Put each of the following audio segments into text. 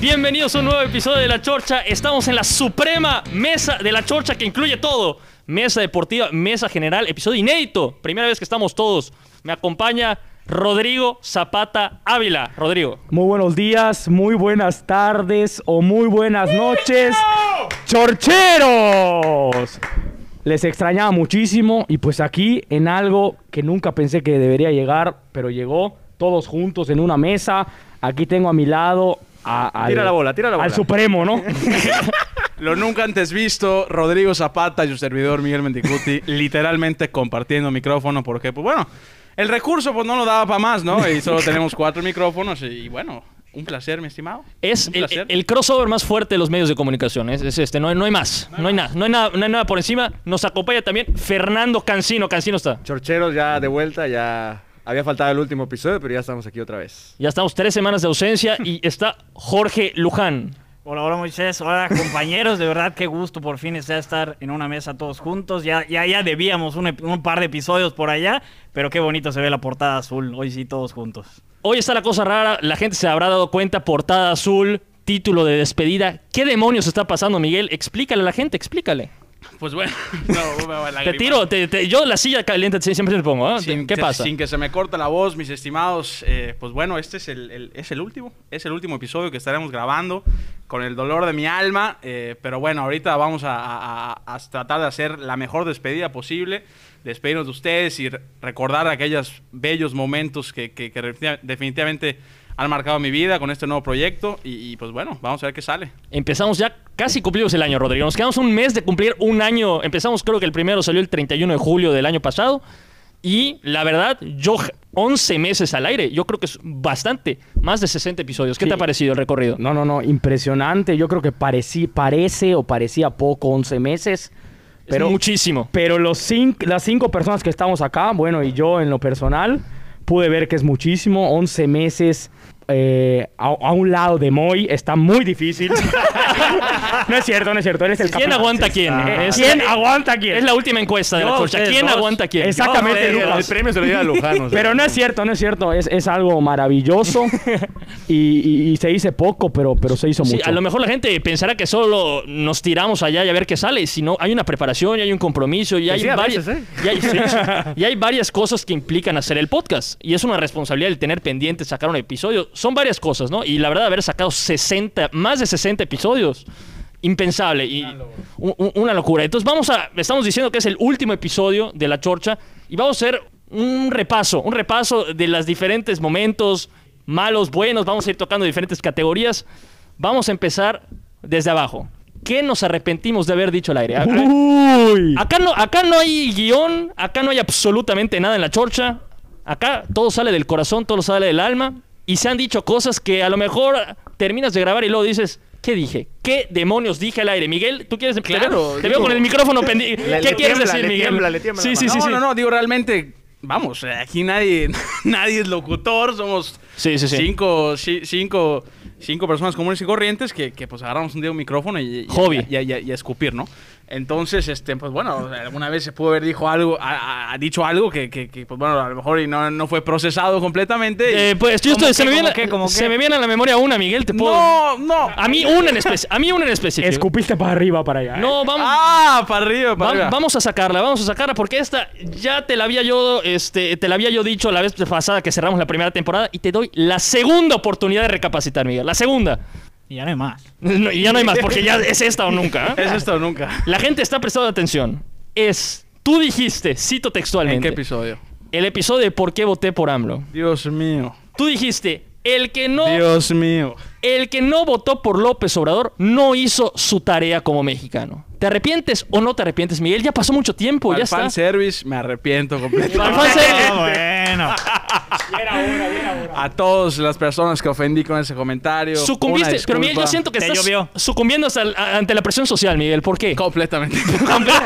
Bienvenidos a un nuevo episodio de La Chorcha. Estamos en la suprema mesa de La Chorcha que incluye todo. Mesa deportiva, mesa general, episodio inédito. Primera vez que estamos todos. Me acompaña Rodrigo Zapata Ávila. Rodrigo. Muy buenos días, muy buenas tardes o muy buenas noches, chorcheros. Les extrañaba muchísimo y pues aquí en algo que nunca pensé que debería llegar, pero llegó todos juntos en una mesa. Aquí tengo a mi lado a, al- Tira la bola, tira la bola. al supremo, ¿no? Lo nunca antes visto, Rodrigo Zapata y su servidor Miguel Mendicuti, literalmente compartiendo micrófono, porque, pues bueno, el recurso pues no lo daba para más, ¿no? Y solo tenemos cuatro micrófonos y, bueno, un placer, mi estimado. Es un el, placer. el crossover más fuerte de los medios de comunicación. Es, es este, no hay, no hay más. No hay nada. No hay nada, no hay nada por encima. Nos acompaña también Fernando Cancino. Cancino está. Chorcheros ya de vuelta, ya había faltado el último episodio, pero ya estamos aquí otra vez. Ya estamos tres semanas de ausencia y está Jorge Luján. Hola, hola Moisés, hola compañeros, de verdad qué gusto por fin es ya estar en una mesa todos juntos, ya ya, ya debíamos un, ep- un par de episodios por allá, pero qué bonito se ve la portada azul, hoy sí todos juntos. Hoy está la cosa rara, la gente se habrá dado cuenta, portada azul, título de despedida. ¿Qué demonios está pasando, Miguel? Explícale a la gente, explícale. Pues bueno, no, me va a Te tiro, te- te- yo la silla caliente siempre te pongo, ¿ah? Sin ¿Qué que- pasa? Sin que se me corte la voz, mis estimados. eh, pues bueno, este es el, el- es el último. Es el último episodio que estaremos grabando con el dolor de mi alma. eh, pero bueno, ahorita vamos a, a- a- a tratar de hacer la mejor despedida posible. Despedirnos de ustedes y re- recordar aquellos bellos momentos que, que- que definitiva- definitivamente han marcado mi vida con este nuevo proyecto. Y, y, pues bueno, vamos a ver qué sale. Empezamos ya, casi cumplimos el año, Rodrigo. Nos quedamos un mes de cumplir un año. Empezamos, creo que el primero salió el 31 de julio del año pasado. Y la verdad, yo j- 11 meses al aire. Yo creo que es bastante, más de 60 episodios. ¿Qué Sí. te ha parecido el recorrido? No, no, no, impresionante. Yo creo que parecí, parece o parecía poco, 11 meses. Pero, es muchísimo. Pero los cin- las cinco personas que estamos acá, bueno, y yo en lo personal, pude ver que es muchísimo. 11 meses eh, a, a un lado de Moy está muy difícil. no es cierto, no es cierto. Eres el ¿Quién capitán. aguanta a quién? Eh, Es- ¿Quién aguanta a quién? Es la última encuesta de la Yo, colcha. ustedes ¿Quién dos. aguanta a quién? Exactamente, Yo, Lucas. El premio se lo lleva a Luján. o sea. Pero no es cierto, no es cierto. Es, es algo maravilloso y, y- y se dice poco, pero, pero se hizo Sí, mucho. a lo mejor la gente pensará que solo nos tiramos allá y a ver qué sale. Si no, hay una preparación y hay un compromiso y hay, sí, a varias, veces, ¿eh? y, hay, sí, sí. Y hay varias cosas que implican hacer el podcast. Y es una responsabilidad el tener pendiente sacar un episodio. Son varias cosas, ¿no? Y la verdad, haber sacado 60, más de 60 episodios. Impensable y un- un- una locura. Entonces vamos a, estamos diciendo que es el último episodio de La Chorcha y vamos a hacer un repaso, un repaso de los diferentes momentos, malos, buenos, vamos a ir tocando diferentes categorías. Vamos a empezar desde abajo. ¿Qué nos arrepentimos de haber dicho al aire? A- a- Uy. Acá no, acá no hay guión, acá no hay absolutamente nada en la chorcha. Acá todo sale del corazón, todo sale del alma. Y se han dicho cosas que a lo mejor terminas de grabar y luego dices, ¿qué dije? ¿Qué demonios dije al aire? Miguel, ¿tú quieres...? te Claro, veo- Te, digo- veo con el micrófono pendiente. Le- ¿Qué le quieres tiembla, decir, le Miguel? tiembla, le tiembla sí, la sí, sí, no, sí. no, no, digo realmente, vamos, eh, aquí nadie, nadie es locutor, somos Sí, sí, sí. Cinco, ci- cinco, cinco personas comunes y corrientes que, que, pues agarramos un día un micrófono y, y- Hobby. y, y- y- y a escupir, ¿no? Entonces, este, pues bueno, alguna vez se pudo haber dijo algo, ha, ha dicho algo que, que- que, pues bueno, a lo mejor y no, no fue procesado completamente. y- Eh, pues yo ¿Cómo estoy- se, qué, me viene, cómo qué, cómo se qué? me viene a la memoria una, Miguel, te puedo... no, no. A mí una en especie. A mí una en específico. Escupiste para arriba, para allá. ¿eh? No, vamos... Ah, para arriba, para Va- arriba. vamos a sacarla, vamos a sacarla porque esta ya te la había yo este te la había yo dicho la vez pasada que cerramos la primera temporada y te doy la segunda oportunidad de recapacitar, Miguel, la segunda. Y ya no hay más. No, y ya no hay más porque ya es esta o nunca. ¿eh? Es esto o nunca. La gente está prestando atención. Es tú dijiste, cito ¿En textualmente, qué episodio? el episodio de por qué voté por AMLO. Dios mío. Tú dijiste, el que no Dios mío. el que no votó por López Obrador no hizo su tarea como mexicano. ¿Te arrepientes o no te arrepientes, Miguel? Ya pasó mucho tiempo, Al ya está. fan service me arrepiento completamente. Al fan service. Ah, bueno. A todas las personas que ofendí con ese comentario. Sucumbiste, una pero Miguel, yo disculpa. siento que Te estás llovió. sucumbiendo hasta el- a- ante la presión social, Miguel. ¿Por qué? Completamente.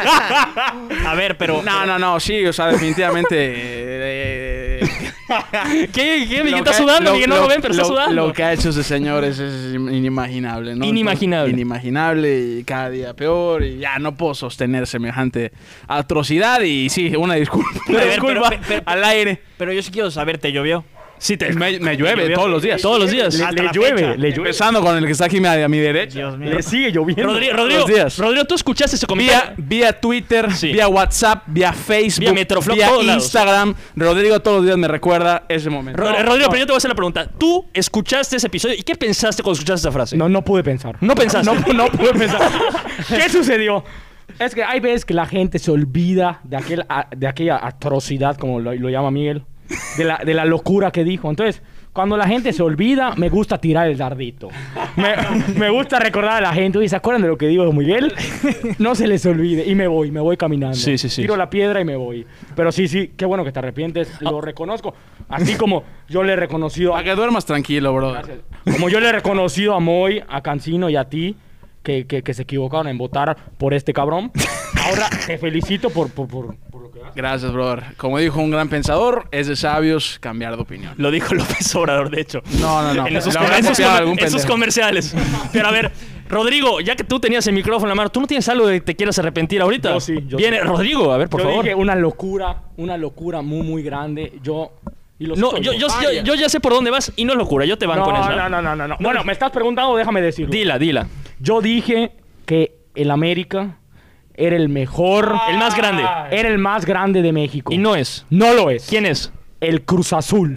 A ver, pero no, no, no, sí, o sea, definitivamente. eh, eh, ¿Qué, qué, Miguel? lo Está que- sudando, lo- Miguel. No lo, ven, pero está lo- sudando. Lo que ha hecho ese señor es, es inimaginable, ¿no? Inimaginable. inimaginable y cada día peor y ya no puedo sostener semejante atrocidad y sí, una disculpa. A Una ver, disculpa pero- pero- al aire. pero yo sí quiero saber, ¿te llovió? Sí, te... Me, me llueve todos los días. Todos los días. Le, Hasta le la llueve, fecha. le llueve. Empezando con el que está aquí a, a mi derecha. Dios mío. Le sigue lloviendo. Rodrigo, Rodrigo, Los días. Rodrigo, ¿tú escuchaste ese Vía, comentario? vía Twitter, Sí. vía WhatsApp, vía Facebook, Vía Metroflog, vía todos lados. Instagram. Rodrigo todos los días me recuerda ese momento. Ro- Rodrigo, pero yo te voy a hacer la pregunta. ¿Tú escuchaste ese episodio y qué pensaste cuando escuchaste esa frase? No, no pude pensar. No pensaste. No, no pude pensar. ¿Qué sucedió? Es que hay veces que la gente se olvida de, aquel, a- de aquella atrocidad, como lo, lo llama Miguel, de la, de la locura que dijo. Entonces, cuando la gente se olvida, me gusta tirar el dardito. Me, me gusta recordar a la gente. Oye, ¿se acuerdan de lo que dijo Miguel? No se les olvide. Y me voy, me voy caminando. Sí, sí, sí. Tiro la piedra y me voy. Pero sí, sí, qué bueno que te arrepientes. Ah. Lo reconozco. Así como yo le he reconocido Para que duermas tranquilo, bro. como yo le he reconocido a Moy, a Cancino y a ti, que, que- que se equivocaron en votar por este cabrón, ahora te felicito por, por, por- por lo que haces. Gracias, brother. Como dijo un gran pensador, es de sabios cambiar de opinión. Lo dijo López Obrador, de hecho. No, no, no. En esos, Lo habrá en esos copiado comer- algún esos pendejo. comerciales. Pero a ver, Rodrigo, ya que tú tenías el micrófono en la mano, ¿tú no tienes algo de que te quieras arrepentir ahorita? Yo sí, yo Viene, sí. Rodrigo, a ver, por yo favor. dije una locura, una locura muy, muy grande. Yo. y lo No, soy, yo, yo- yo- Vaya. yo ya sé por dónde vas y no es locura, yo te banco no, en esa. no, no, no, no, no. Bueno, me estás preguntando, déjame decirlo. Dila, dila. Yo dije que el América era el mejor. El más grande. Era el más grande de México. Y no es. No lo es. ¿Quién es? el Cruz Azul.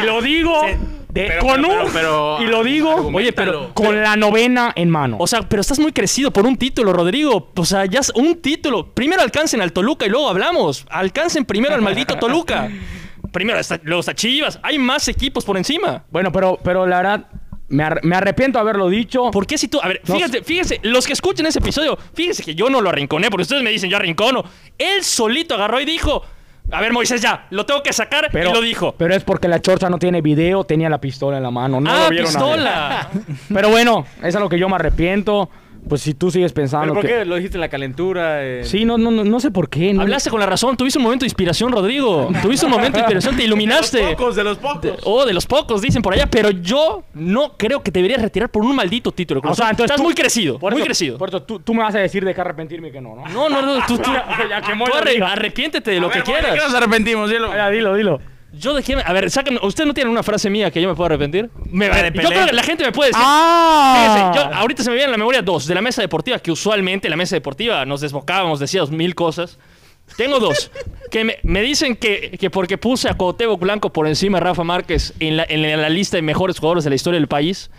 y lo digo de- Pero, con pero, un pero, pero, y lo digo argumentalo. Oye, pero- con la novena en mano. O sea, pero estás muy crecido por un título, Rodrigo. O sea, ya es un título. Primero alcancen al Toluca y luego hablamos. Alcancen primero al maldito Toluca. Primero está, luego está Chivas. Hay más equipos por encima. bueno, pero pero la verdad me, ar- me arrepiento de haberlo dicho. ¿Por qué si tú.? A ver, No fíjate, fíjense, los que escuchen ese episodio, fíjense que yo no lo arrinconé, porque ustedes me dicen yo arrincono. Él solito agarró y dijo: A ver, Moisés, ya, lo tengo que sacar, pero, y lo dijo. Pero es porque la chorcha no tiene video, tenía la pistola en la mano. No ¡Ah, lo vieron a él. pistola! Pero bueno, eso es lo que yo me arrepiento. Pues si tú sigues pensando ¿Pero por que. qué? ¿Lo dijiste en la calentura? en- Sí, no, no, no, no sé por qué. no- Hablaste con la razón, tuviste un momento de inspiración, Rodrigo. Tuviste un momento de inspiración, te iluminaste. de los pocos. Oh, de los pocos, dicen por allá, pero yo no creo que te deberías retirar por un maldito título. Cruz O sea, Azul. entonces Estás tú- muy crecido, Por muy eso- crecido. Por eso tú, tú me vas a decir de qué arrepentirme y que no, ¿no? No, no, no, tú, tú- Ya que tú Moy lo arre- dijo. arrepiéntete de lo que ¿De qué quieras. nos arrepentimos, dilo? Ya, dilo, dilo. Yo dejé. A ver, sáquenme. ¿Ustedes no tienen una frase mía que yo me pueda arrepentir? Me, La de yo Pelé. creo que la gente me puede decir. ¡Ah! Fíjense, yo- ahorita se me viene a la memoria dos de la mesa deportiva, que usualmente en la mesa deportiva nos desbocábamos, decíamos mil cosas. Tengo dos. que me, me dicen que, que porque puse a Cotebo Blanco por encima de Rafa Márquez en la, en la lista de mejores jugadores de la historia del país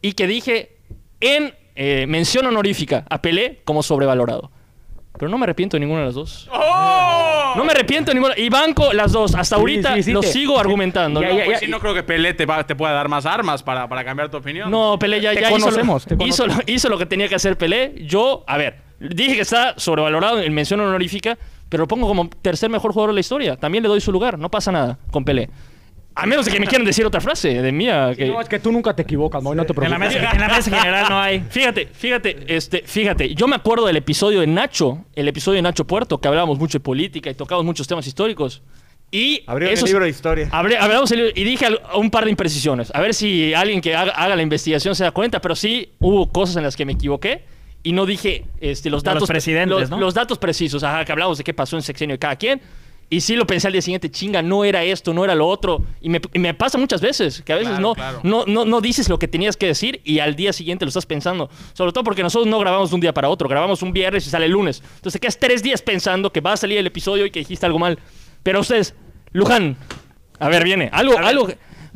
y que dije en eh, mención honorífica a Pelé como sobrevalorado. Pero no me arrepiento de ninguna de las dos. No me arrepiento de ninguna. Y banco las dos. Hasta Sí, ahorita sí, sí, lo te- sigo argumentando. Ya, ¿no? ya, Pues sí, no creo que Pelé te, va- te pueda dar más armas para, para cambiar tu opinión. No, Pelé ya, Te ya hizo lo- conocemos, te hizo, lo, hizo lo que tenía que hacer Pelé. Yo, a ver, dije que está sobrevalorado en mención honorífica, pero lo pongo como tercer mejor jugador de la historia. También le doy su lugar, no pasa nada con Pelé. A menos de que me quieran decir otra frase de mía. Que... No, es que tú nunca te equivocas, Moy, no te En preocupes. la, mesa, en la mesa general no hay. Fíjate, fíjate, este, fíjate, yo me acuerdo del episodio de Nacho, el episodio de Nacho Puerto, que hablábamos mucho de política y tocábamos muchos temas históricos. Y Abrieron esos- el libro de historia. Habré- hablamos el- y dije al- un par de imprecisiones. A ver si alguien que haga, haga la investigación se da cuenta, pero sí hubo cosas en las que me equivoqué y no dije este, los De los datos presidentes, los, ¿no? los datos precisos, ajá, que hablamos de qué pasó en sexenio de cada quien. Y sí lo pensé al día siguiente, chinga, no era esto, no era lo otro. Y me, y me pasa muchas veces, que a veces Claro, no, claro. No, no, no dices lo que tenías que decir y al día siguiente lo estás pensando. Sobre todo porque nosotros no grabamos de un día para otro, grabamos un viernes y sale el lunes. Entonces te quedas tres días pensando que va a salir el episodio y que dijiste algo mal. Pero ustedes, Luján, a ver, viene. Algo, A ver. algo.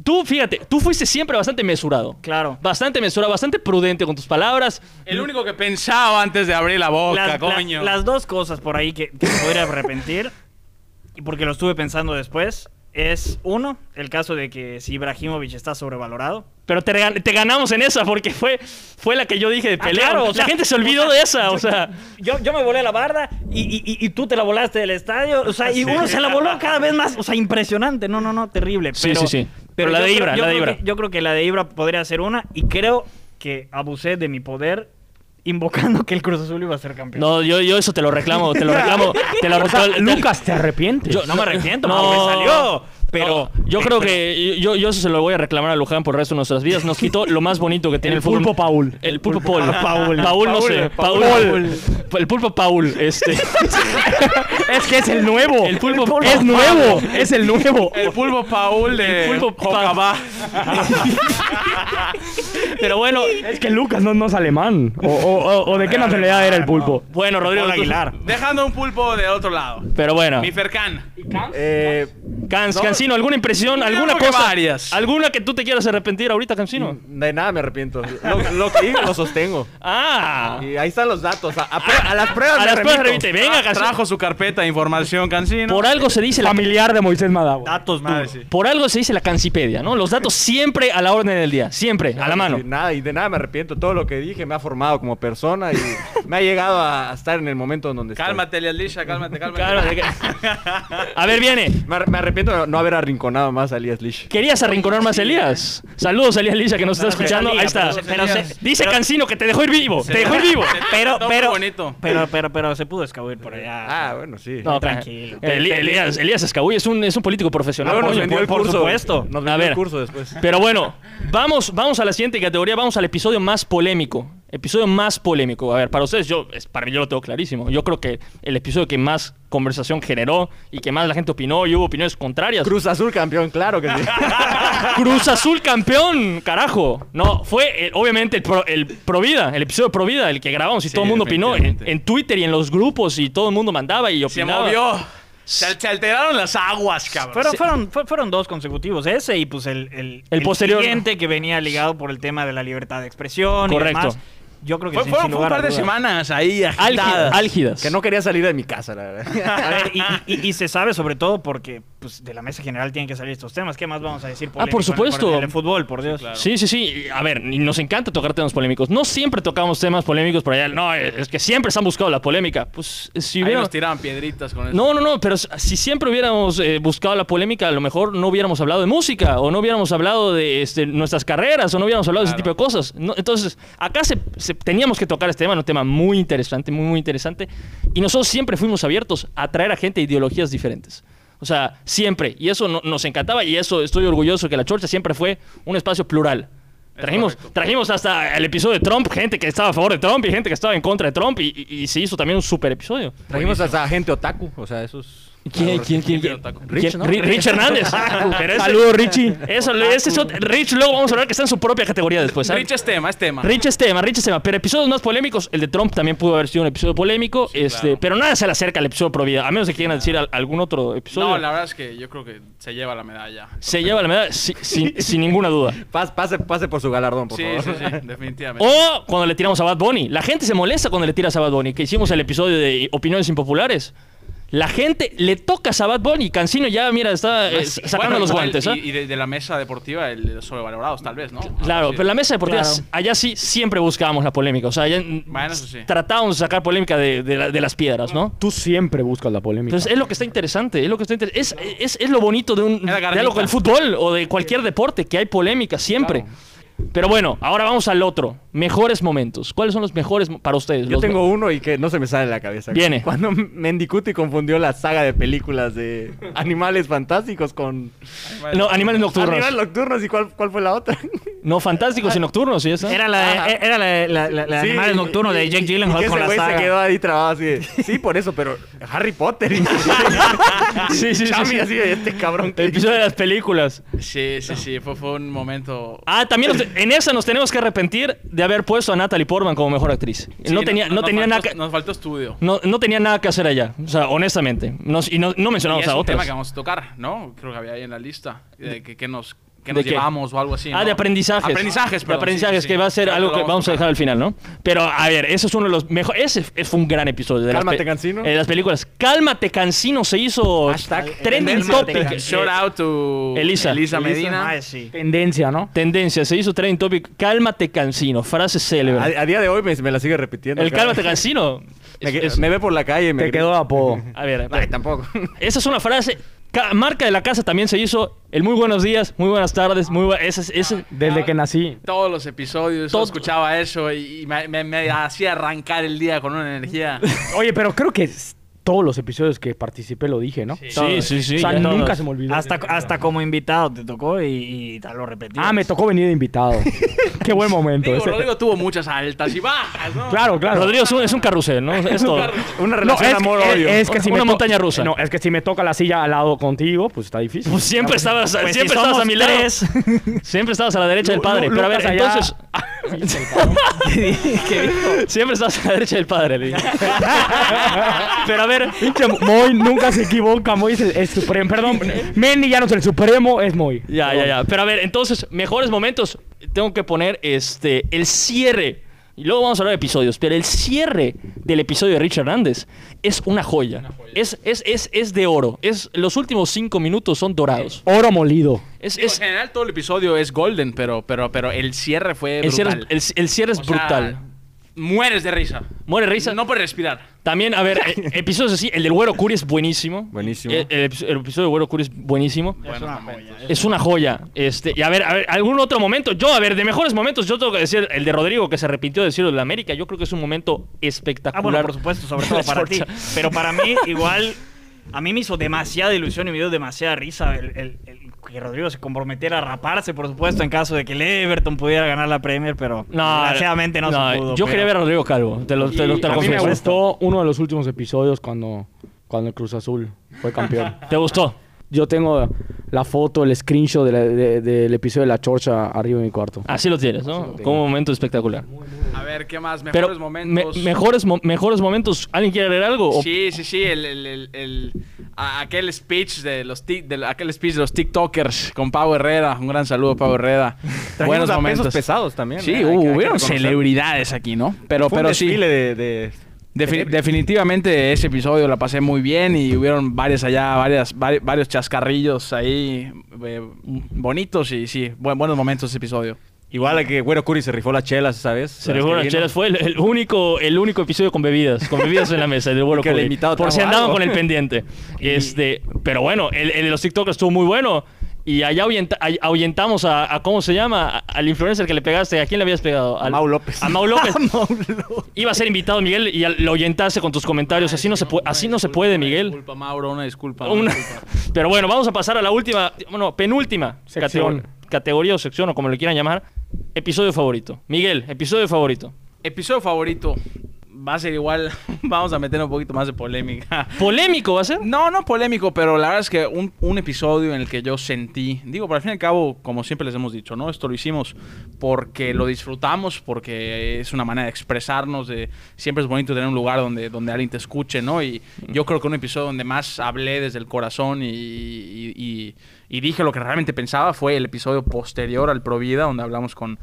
Tú, fíjate, tú fuiste siempre bastante mesurado. Claro. Bastante mesurado, bastante prudente con tus palabras. El único que pensaba antes de abrir la boca, las, las- coño. las dos cosas por ahí que, que me podría arrepentir, y porque lo estuve pensando después, es uno, el caso de que si Ibrahimovic está sobrevalorado. Pero te, regan- te ganamos en esa porque fue, fue la que yo dije de Ah, pelear. claro, o sea, la claro. gente se olvidó O sea, de esa, o yo- sea. Yo, yo me volé la barda y, y- y- y tú te la volaste del estadio. O sea, y uno se la voló cada vez más. O sea, impresionante. No, no, no, terrible. Sí, pero, sí, sí. Pero la yo de creo- Ibra, yo la de creo Ibra. que- yo creo que la de Ibra podría ser una y creo que abusé de mi poder invocando que el Cruz Azul iba a ser campeón. No, yo, yo eso te lo reclamo, te lo reclamo. te lo O sea, reclamo. Lucas, te arrepientes. Yo no me arrepiento, No. no. salió. pero... Yo creo que yo, yo eso se lo voy a reclamar a Luján por el resto de nuestras vidas. Nos quitó lo más bonito que tiene el, El pulpo fútbol. Paul. Ah, El pulpo Paul. Paul. no sé. Paul. El pulpo Paul. Este. Es que es el nuevo. El pulpo Paul. es nuevo. Es el nuevo. El pulpo Paul de El pulpo Paul. Jocabá. Pero bueno. Es que Lucas no, no es alemán. O, o- o- o de qué nacionalidad era el pulpo. Bueno, Rodrigo. Paul tú- Aguilar. Dejando un pulpo de otro lado. Pero bueno. Mi Fercan. Eh, Cans, Cancino, ¿alguna impresión? Yo ¿Alguna creo que cosa? varias. ¿Alguna que tú te quieras arrepentir ahorita, Cancino? de nada me arrepiento. Lo, lo que digo, lo sostengo. Ah. Y ahí están los datos. A, a prue- a las pruebas A me las pruebas remito. remite. Venga, Cancino. Trajo su carpeta de información, Cancino. Por algo se dice la Familiar de Moisés Madagua. Datos Madre, duros. sí. Por algo se dice la cancipedia, ¿no? Los datos siempre a la orden del día, siempre, a la mano. Y nada, y de nada me arrepiento. Todo lo que dije me ha formado como persona y me ha llegado a a estar en el momento en donde estoy. Cálmate, Lialisha, cálmate, cálmate. Ah, Claro, de que- A ver, viene. Me, ar- me arrepiento de no haber arrinconado más a Elías Lish. Querías arrinconar más a Elías. Saludos a Elías Lisa que nos está No, pero escuchando. Elías, Ahí está. pero- pero se- Dice pero- Cancino que te dejó ir vivo. Te dejó ir vivo. Pero, Todo pero, bonito. pero, pero, pero se pudo escabir por allá. Ah, bueno, sí. No, tranquilo. Eli- Elías, Elías Escabuy es un, es un político profesional. Luego nos coño. vendió el por curso. supuesto. Nos A vendió ver. el curso después. Pero bueno, vamos, vamos a la siguiente categoría, vamos al episodio más polémico. Episodio más polémico. A ver, para ustedes, yo, es- para mí yo lo tengo clarísimo. Yo creo que el episodio que más conversación generó y que más la gente opinó y hubo opiniones contrarias. Ah, Cruz Azul campeón, claro que sí. Cruz Azul campeón, carajo. No, fue eh, obviamente el, pro, el Provida, el episodio Provida, el que grabamos y todo el mundo opinó en, definitivamente. en Twitter y en los grupos y todo el mundo mandaba y Se opinaba. movió. Se, al- se alteraron las aguas, cabrón. Pero fueron, fue- fueron dos consecutivos, ese y pues el, el, posterior. siguiente que venía ligado por el tema de la libertad de expresión Correcto. y demás. Yo creo que Fue- sí, fueron sin fue un lugar a par de dudas. semanas ahí Álgi- agitadas. álgidas. que no quería salir de mi casa, la verdad. A ver, y, y- y- y se sabe sobre todo porque pues, de la mesa general tienen que salir estos temas. ¿Qué más vamos a decir? por polémico en el- supuesto. en el fútbol, por Dios. Sí, sí, sí. A ver, y nos encanta tocar temas polémicos. No siempre tocamos temas polémicos por allá. No, es que siempre se han buscado la polémica. Pues si Ahí hubiera- nos tiraban piedritas con eso. No, no, no, pero si siempre hubiéramos eh, buscado la polémica, a lo mejor no hubiéramos hablado de música, o no hubiéramos hablado de este, nuestras carreras, o no hubiéramos hablado de ese tipo de cosas. No, entonces, acá se, se- teníamos que tocar este tema, era un tema muy interesante, muy, muy interesante, y nosotros siempre fuimos abiertos a traer a gente de ideologías diferentes. O sea, siempre, y eso no- nos encantaba, y eso estoy orgulloso que la Chorcha siempre fue un espacio plural. Trajimos, correcto. trajimos hasta el episodio de Trump, gente que estaba a favor de Trump y gente que estaba en contra de Trump, y, y- y se hizo también un super episodio. Trajimos hasta gente otaku, o sea, esos. ¿Quién, quién, quién? ¿Quién? Rich, Ri- Rich Hernández. Pero ese- Saludos, Richie. Eso, ese es otro- Rich, luego vamos a hablar que está en su propia categoría después. ¿sabes? Rich es tema, es tema. Rich es tema, Rich es tema. Pero episodios más polémicos, el de Trump también pudo haber sido un episodio polémico. este, claro. Pero nada se le acerca al episodio pro vida, a menos que quieran decir al- algún otro episodio. No, la verdad es que yo creo que se lleva la medalla. Se lleva la medalla si- sin, sin ninguna duda. Pas- pase, pase por su galardón, por Sí, favor. sí, sí, definitivamente. O eh, cuando le tiramos a Bad Bunny. La gente se molesta cuando le tiras a Bad Bunny, que hicimos el episodio de opiniones impopulares. La gente le tocas a Bad Bunny. Cancino ya, mira, está eh, sacando Ah, Bueno, los igual, guantes. Y, ¿ah? y de, de la mesa deportiva, el de los sobrevalorados, tal vez, ¿no? Claro, pero la mesa deportiva, Claro. allá sí siempre buscábamos la polémica. O sea, allá mm, Bueno, eso sí. tratábamos de sacar polémica de, de la- de las piedras, ¿no? Tú siempre buscas la polémica. Entonces es lo que está interesante, es lo que está inter- es, es, es lo bonito de, un, la de carnita. algo del fútbol o de cualquier deporte, que hay polémica siempre. Pero bueno, ahora vamos al otro. Mejores momentos. ¿Cuáles son los mejores mo- para ustedes? Yo Los tengo uno y que no se me sale de la cabeza. Viene. Cuando Mendicuti confundió la saga de películas de animales fantásticos con me- No, ah, animales nocturnos. animales nocturnos y cuál, cuál fue la otra. No, fantásticos y nocturnos, ¿y esa? Era la, Ajá. de- era la, de- la- la- la de Sí, Animales y- Nocturnos de y- Jake y- y Gyllenhaal que con ese la güey saga. se quedó ahí trabado así de, sí, por eso, pero Harry Potter. Y Sí, sí, sí, Chami sí. así de este cabrón. El que- episodio de las películas. Sí, sí, sí, fue, fue un momento. Ah, también nos- en esa nos tenemos que arrepentir de haber puesto a Natalie Portman como mejor actriz. Sí, no tenía, no, nos tenía nada faltó- que- Nos faltó estudio. No, no tenía nada que hacer allá, o sea, honestamente. Nos- y no, no Y mencionamos es a un tema otras. que vamos a tocar, ¿no? Creo que había ahí en la lista. De que, que nos, que ¿De nos qué? llevamos o algo así. Ah, ¿no? de aprendizajes. Aprendizajes, De perdón, aprendizajes, sí, sí, que sí. va a ser Creo algo que lo vamos a dejar al final, ¿no? Pero, a ver, ese es uno de los mejores... Ese f- fue un gran episodio. De las Cálmate, pe- Cancino. eh, De las películas. Cálmate, Cancino se hizo Hashtag trending Cálmate, topic. Cancino. Shout out to Elisa. Elisa Medina. Ah, sí. Tendencia, ¿no? Tendencia, se hizo trending topic. Cálmate, Cancino. Frase A, célebre. a día de hoy me, me la sigue repitiendo. El cabrón. cálmate, Cancino. Me, Es- es- me ve por la calle y me Te grita. quedó de apodo. a ver, Ay, tampoco. Esa es una frase. Ca- marca de la casa también se hizo el muy buenos días, muy buenas tardes, muy buenas. Ese, es- ese- Desde que nací. Todos los episodios, yo Todo. escuchaba eso y, y me, me- me hacía arrancar el día con una energía. Oye, pero creo que s- todos los episodios que participé lo dije, ¿no? Sí, sí, sí. o sea, ya. nunca se me olvidó. Hasta, hasta como invitado te tocó y, y te lo repetí. Ah, me tocó venir de invitado. Qué buen momento. Digo, ese. Rodrigo tuvo muchas altas y bajas, ¿no? Claro, claro. Rodrigo es un, es un carrusel, ¿no? Es todo. Una No, relación es, amor-odio. es- es que si Una me to- montaña rusa. No, es que si me toca la silla al lado contigo, pues está difícil. Pues siempre estabas, Pues si siempre estabas a somos mi lado. tres. Siempre estabas a la derecha del padre. Lu- Pero a ver, Lucas allá- entonces. Siempre estabas a la derecha del padre, le dije. Pero a ver, Pinche Moy nunca se equivoca. Moy es el, el supremo. Perdón, Mendy ya no es el supremo, es Moy. Ya, ya, ya. Pero a ver, entonces, mejores momentos. Tengo que poner este el cierre. Y luego vamos a hablar de episodios. Pero el cierre del episodio de Rich Hernández es una joya. Es, es, es, es de oro. Es, los últimos cinco minutos son dorados. Oro molido. Es, Digo, es- en general todo el episodio es golden, pero, pero, pero el cierre fue el, cierre, eh, brutal. es- el- el cierre es O sea, brutal. mueres de risa. Muere risa. No puedes respirar. También, a ver, eh, episodios así. El del Güero Curi es buenísimo. Eh, Buenísimo. El, el epi- el episodio del Güero Curi es buenísimo. Es una joya. Es una joya. Este, y a ver, a ver, algún otro momento. Yo, a ver, de mejores momentos, yo tengo que decir el de Rodrigo que se repitió de decirlo de la América. Yo creo que es un momento espectacular. Ah, bueno, por supuesto, sobre todo La para ti. Sportza. Pero para mí, igual, a mí me hizo demasiada ilusión y me dio demasiada risa el, el- el que Rodrigo se comprometiera a raparse, por supuesto, en caso de que el Everton pudiera ganar la Premier, pero No, desgraciadamente no, se pudo. Yo quería ver a pero- Rodrigo Calvo, te lo, te lo- te a lo mí me confieso. gustó uno de los últimos episodios cuando, cuando el Cruz Azul fue campeón. ¿Te gustó? Yo tengo la foto, el screenshot de la- de- del episodio de la chorcha arriba de mi cuarto. Así lo tienes, ¿no? tengo. Como un momento espectacular. A ver, ¿qué más? Mejores Pero momentos. me- mejores, mo- mejores momentos. ¿Alguien quiere agregar algo? O- Sí, sí, sí, el, el- el- el- a- aquel speech de los ti- de, aquel speech de los TikTokers con Pau Herrera, un gran saludo Pau Herrera. Buenos momentos. pesados también. Sí, hubo- hubieron celebridades aquí, ¿no? Pero pero sí, de, de- defi- definitivamente ese episodio la pasé muy bien y hubieron varias allá, varias vari- varios chascarrillos ahí eh, bonitos y sí, buen- buenos momentos ese episodio. Igual a que Güero Curi se rifó las chelas, ¿sabes? Se Las le que fueron las vino. chelas. Fue el, el único, el único episodio con bebidas. Con bebidas en la mesa. del vuelo Que el Covid. invitado Por si trajo andaban algo. con el pendiente. Este, pero bueno, el, el de los TikTokers estuvo muy bueno. Y allá ahuyenta- ay- ahuyentamos a, a- ¿cómo se llama? A- al influencer que le pegaste. ¿A quién le habías pegado? Al- A Mau López. A Mau López. Iba a ser invitado Miguel y al- lo ahuyentaste con tus comentarios. Así no se, puede, así no se puede, Miguel. Disculpa, Mauro, una disculpa. Una- Pero bueno, vamos a pasar a la última, bueno, penúltima Sección. categor- categoría o sección o como le quieran llamar. Episodio favorito. Miguel, episodio favorito. Episodio favorito. Va a ser igual. Vamos a meter un poquito más de polémica. Polémico va a ser. No, no polémico, pero la verdad es que un, un episodio en el que yo sentí, digo, pero al fin y al cabo, como siempre les hemos dicho, ¿no? Esto lo hicimos porque lo disfrutamos, porque es una manera de expresarnos, de, siempre es bonito tener un lugar donde, donde alguien te escuche, ¿no? Y yo creo que un episodio donde más hablé desde el corazón y, y- y- y dije lo que realmente pensaba fue el episodio posterior al Provida, donde hablamos con...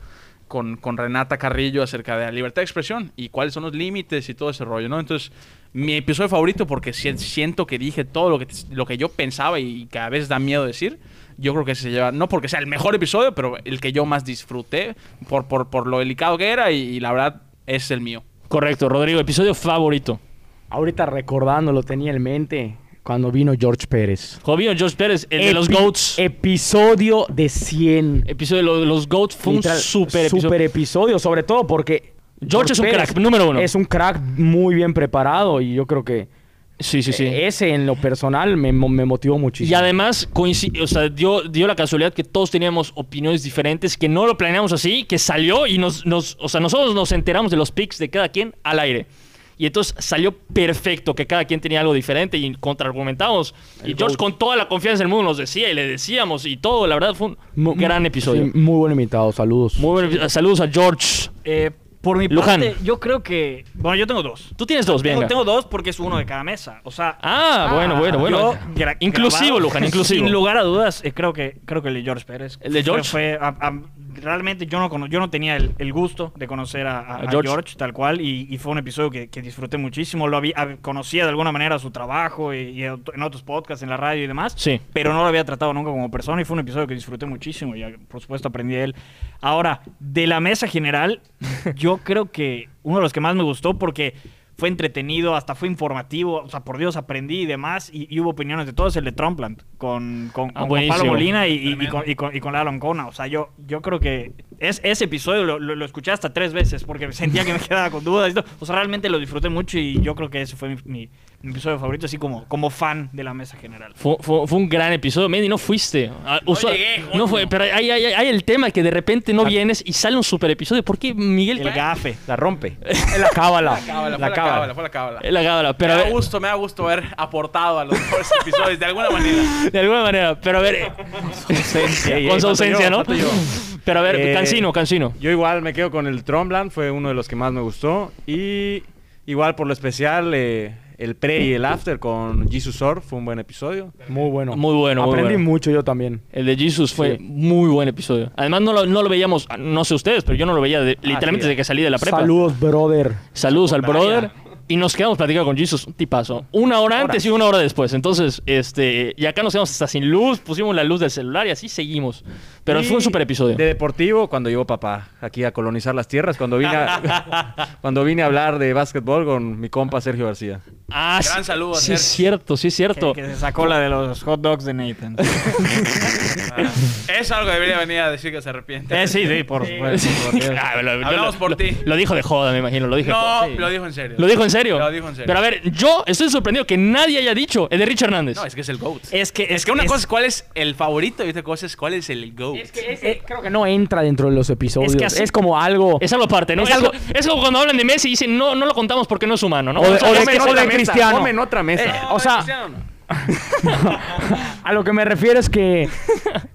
Con, con Renata Carrillo acerca de la libertad de expresión y cuáles son los límites y todo ese rollo, ¿no? Entonces, mi episodio favorito porque si- siento que dije todo lo que, lo que yo pensaba y que a veces da miedo decir. Yo creo que ese se lleva, no porque sea el mejor episodio, pero el que yo más disfruté por, por, por lo delicado que era y, y la verdad es el mío. Correcto, Rodrigo, episodio favorito. Ahorita recordando, lo tenía en mente cuando vino George Pérez. Jovino George Pérez, el de los Epi- GOATs. Episodio de 100. episodio de lo- los GOATs fue un Literal, super episodio. episodio, sobre todo porque George es un Pérez crack, número uno. Es un crack muy bien preparado y yo creo que Sí, sí, sí. eh, ese en lo personal me, mo- me motivó y muchísimo. además coinci- o sea, dio, dio la casualidad que todos teníamos opiniones diferentes, que no lo planeamos así, que salió y nos, nos- o sea, nosotros nos enteramos de los picks de cada quien al aire. Y entonces salió perfecto, que cada quien tenía algo diferente y contraargumentamos. Y George con toda la confianza del mundo nos decía y le decíamos y todo, la verdad fue un Mu- gran mu- episodio. sí, muy buen invitado, saludos. Muy buen episodio. Saludos a George. Eh, por mi Luján. parte, yo creo que... Bueno, yo tengo dos. Tú tienes dos, Tengo, venga. tengo dos porque es uno de cada mesa. O sea... Ah, bueno, bueno, bueno. yo gra- inclusivo, grabado, Luján, inclusivo. Sin lugar a dudas, eh, creo que creo que el de George Pérez. ¿El de fue- George? Fue, a- a- realmente yo no cono- yo no tenía el, el gusto de conocer a, a- A a George. George. tal cual y, y fue un episodio que, que disfruté muchísimo. Lo había a- conocía de alguna manera su trabajo y, y en otros podcasts, en la radio y demás. Sí. Pero no lo había tratado nunca como persona y fue un episodio que disfruté muchísimo y ah, por supuesto aprendí de él. Ahora, de la mesa general, yo creo que uno de los que más me gustó porque fue entretenido, hasta fue informativo, o sea, por Dios aprendí y demás, y, y hubo opiniones de todos, el de Trumpland, con, con, Ah, con Juan buenísimo. Pablo Molina y, y- y con, y, con, y con Lalo Ancona, o sea, yo, yo creo que Es, ese episodio lo, lo- lo escuché hasta tres veces porque sentía que me quedaba con dudas. y todo. O sea, realmente lo disfruté mucho y yo creo que ese fue mi, mi- mi episodio favorito, así como, como fan de la mesa general. Fue, fue- fue un gran episodio. Mandy, no fuiste. Ah, usual- llegué, no coño. Ah. fue, pero hay, hay- hay el tema que de repente no vienes y sale un super episodio. ¿Por qué Miguel? El gafe. La rompe. La cábala. cábala, fue La cábala. fue la cábala. Eh, la cábala, Me pero a da ver, gusto, me da gusto haber aportado a los mejores episodios de alguna manera. de alguna manera, pero a ver, eh, Ey, ey, con su falto ausencia, yo, ¿no? falto yo. Pero a ver, Eh, Cancino, Cancino. Yo igual me quedo con el Trombland, fue uno de los que más me gustó. Y igual por lo especial, eh, el pre y el after con Jesus Orb fue un buen episodio. Muy bueno. Muy bueno, muy Aprendí bueno. mucho yo también. El de Jesus fue Sí. muy buen episodio. Además, no lo, no lo veíamos, no sé ustedes, pero yo no lo veía Ah, de- literalmente sí. desde que salí de la prepa. Saludos, brother. Saludos al brother. Y nos quedamos platicando con Jesus, un tipazo. Una hora antes y una hora después. Entonces, este. Y acá nos quedamos hasta sin luz, pusimos la luz del celular y así seguimos. Pero Y fue un super episodio. De deportivo, cuando llegó papá aquí a colonizar las tierras, cuando vine a, cuando vine a hablar de básquetbol con mi compa Sergio García. Ah, Gran sí, saludo a Sí, es Sergio. cierto, sí, es Que, cierto. que se sacó la de los hot dogs de Nathan. Es algo que debería venir a decir que se arrepiente. Eh, sí, sí, por supuesto. Ah, lo- lo- Hablamos lo- por lo- ti. Lo dijo de joda, me imagino. Lo dije. No, Sí. lo dijo en serio. ¿Lo dijo en serio. Lo dijo en serio. Pero a ver, yo estoy sorprendido que nadie haya dicho el de Rich Hernández. No, es que es el GOAT. Es, Es que, es que una cosa es cuál es el favorito y otra cosa es cuál es el GOAT. Eh, creo que no entra dentro de los episodios. Es, Es que así- como algo. Es algo aparte, ¿no? Es Es, algo, algo- es como cuando hablan de Messi y dicen, no, no lo contamos porque no es humano, ¿no? O de- Eso o de- es- o de Cristiano. Eh, Comen otra mesa. o sea- A lo que me refiero es que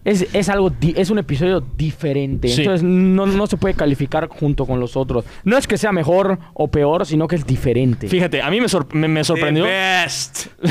es, es algo di- es un episodio diferente. Sí. Entonces no, no se puede calificar junto con los otros. No es que sea mejor o peor, sino que es diferente. Fíjate, a mí me, sor- me- me sorprendió. best. The